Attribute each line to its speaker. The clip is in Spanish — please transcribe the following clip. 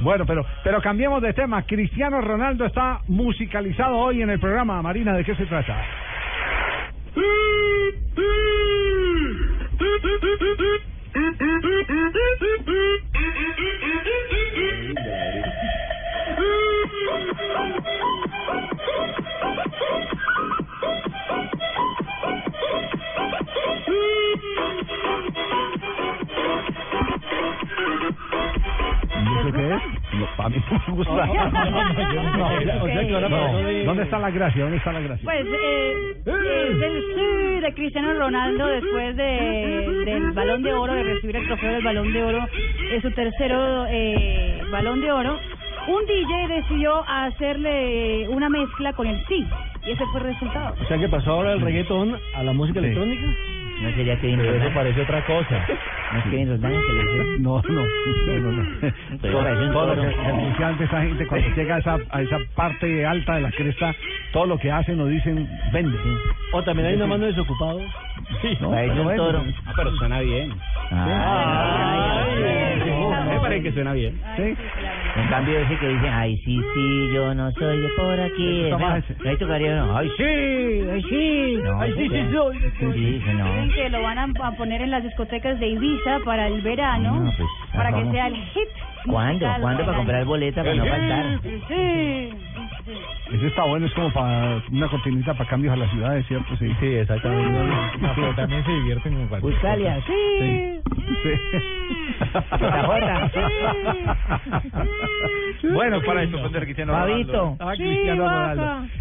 Speaker 1: Bueno, pero, pero cambiemos de tema. Cristiano Ronaldo está musicalizado hoy en el programa. Marina, ¿de qué se trata?
Speaker 2: ¿Y eso qué es? No, a mí no me gusta.
Speaker 1: No. ¿Dónde está la gracia? ¿Dónde está la gracia?
Speaker 3: Pues eh, es el sí de Cristiano Ronaldo después de, del Balón de Oro, de recibir el trofeo del Balón de Oro, es su tercero eh, Balón de Oro. Un DJ decidió hacerle una mezcla con el sí, y ese fue el resultado.
Speaker 2: O sea, que pasó ahora el reggaetón a la música electrónica.
Speaker 4: No sería Kevin
Speaker 2: Pero
Speaker 4: Roldán.
Speaker 2: eso parece otra cosa.
Speaker 4: No es Kevin Roldán el que le hizo.
Speaker 2: No, no. no, no, no.
Speaker 4: Pero parece un
Speaker 1: Todo lo
Speaker 4: toro.
Speaker 1: que que anunciante esa gente cuando llega a esa, a esa parte alta de la cresta, todo lo que hacen o dicen vende.
Speaker 2: O también hay una mano desocupada. Sí,
Speaker 1: No,
Speaker 4: Parece
Speaker 1: pero
Speaker 4: un
Speaker 1: bueno.
Speaker 4: toro.
Speaker 5: Ah, pero suena bien. Me parece que suena bien.
Speaker 1: ¿Sí?
Speaker 4: En cambio ese que dice, ay sí, sí, yo no soy de por aquí.
Speaker 1: Eso está
Speaker 4: No,
Speaker 1: más ese.
Speaker 4: no hay tocaría, no. Ay sí, ay sí. No,
Speaker 2: Ay, sí, sí,
Speaker 4: no.
Speaker 2: soy de por
Speaker 4: Sí, sí, no.
Speaker 3: Dicen que lo van a, a poner en las discotecas de Ibiza para el verano,
Speaker 4: No, pues,
Speaker 3: para que
Speaker 4: vamos.
Speaker 3: sea el hit.
Speaker 4: ¿Cuándo?
Speaker 3: musical
Speaker 4: ¿Cuándo
Speaker 3: del
Speaker 4: para
Speaker 3: año.
Speaker 4: comprar boleta para no faltar?
Speaker 3: Sí, sí.
Speaker 1: Eso está bueno, es como para una cortinita para cambios a las ciudades, ¿cierto? Sí.
Speaker 2: Sí, exactamente. También se divierten como para.
Speaker 4: Buscalia.
Speaker 3: Sí.
Speaker 4: Jota.
Speaker 1: sí.
Speaker 5: Bueno, para eso, Cristiano
Speaker 4: Babito.
Speaker 5: Ronaldo.
Speaker 1: Ah,
Speaker 3: Sí,
Speaker 1: Cristiano
Speaker 3: vaca.
Speaker 1: Ronaldo.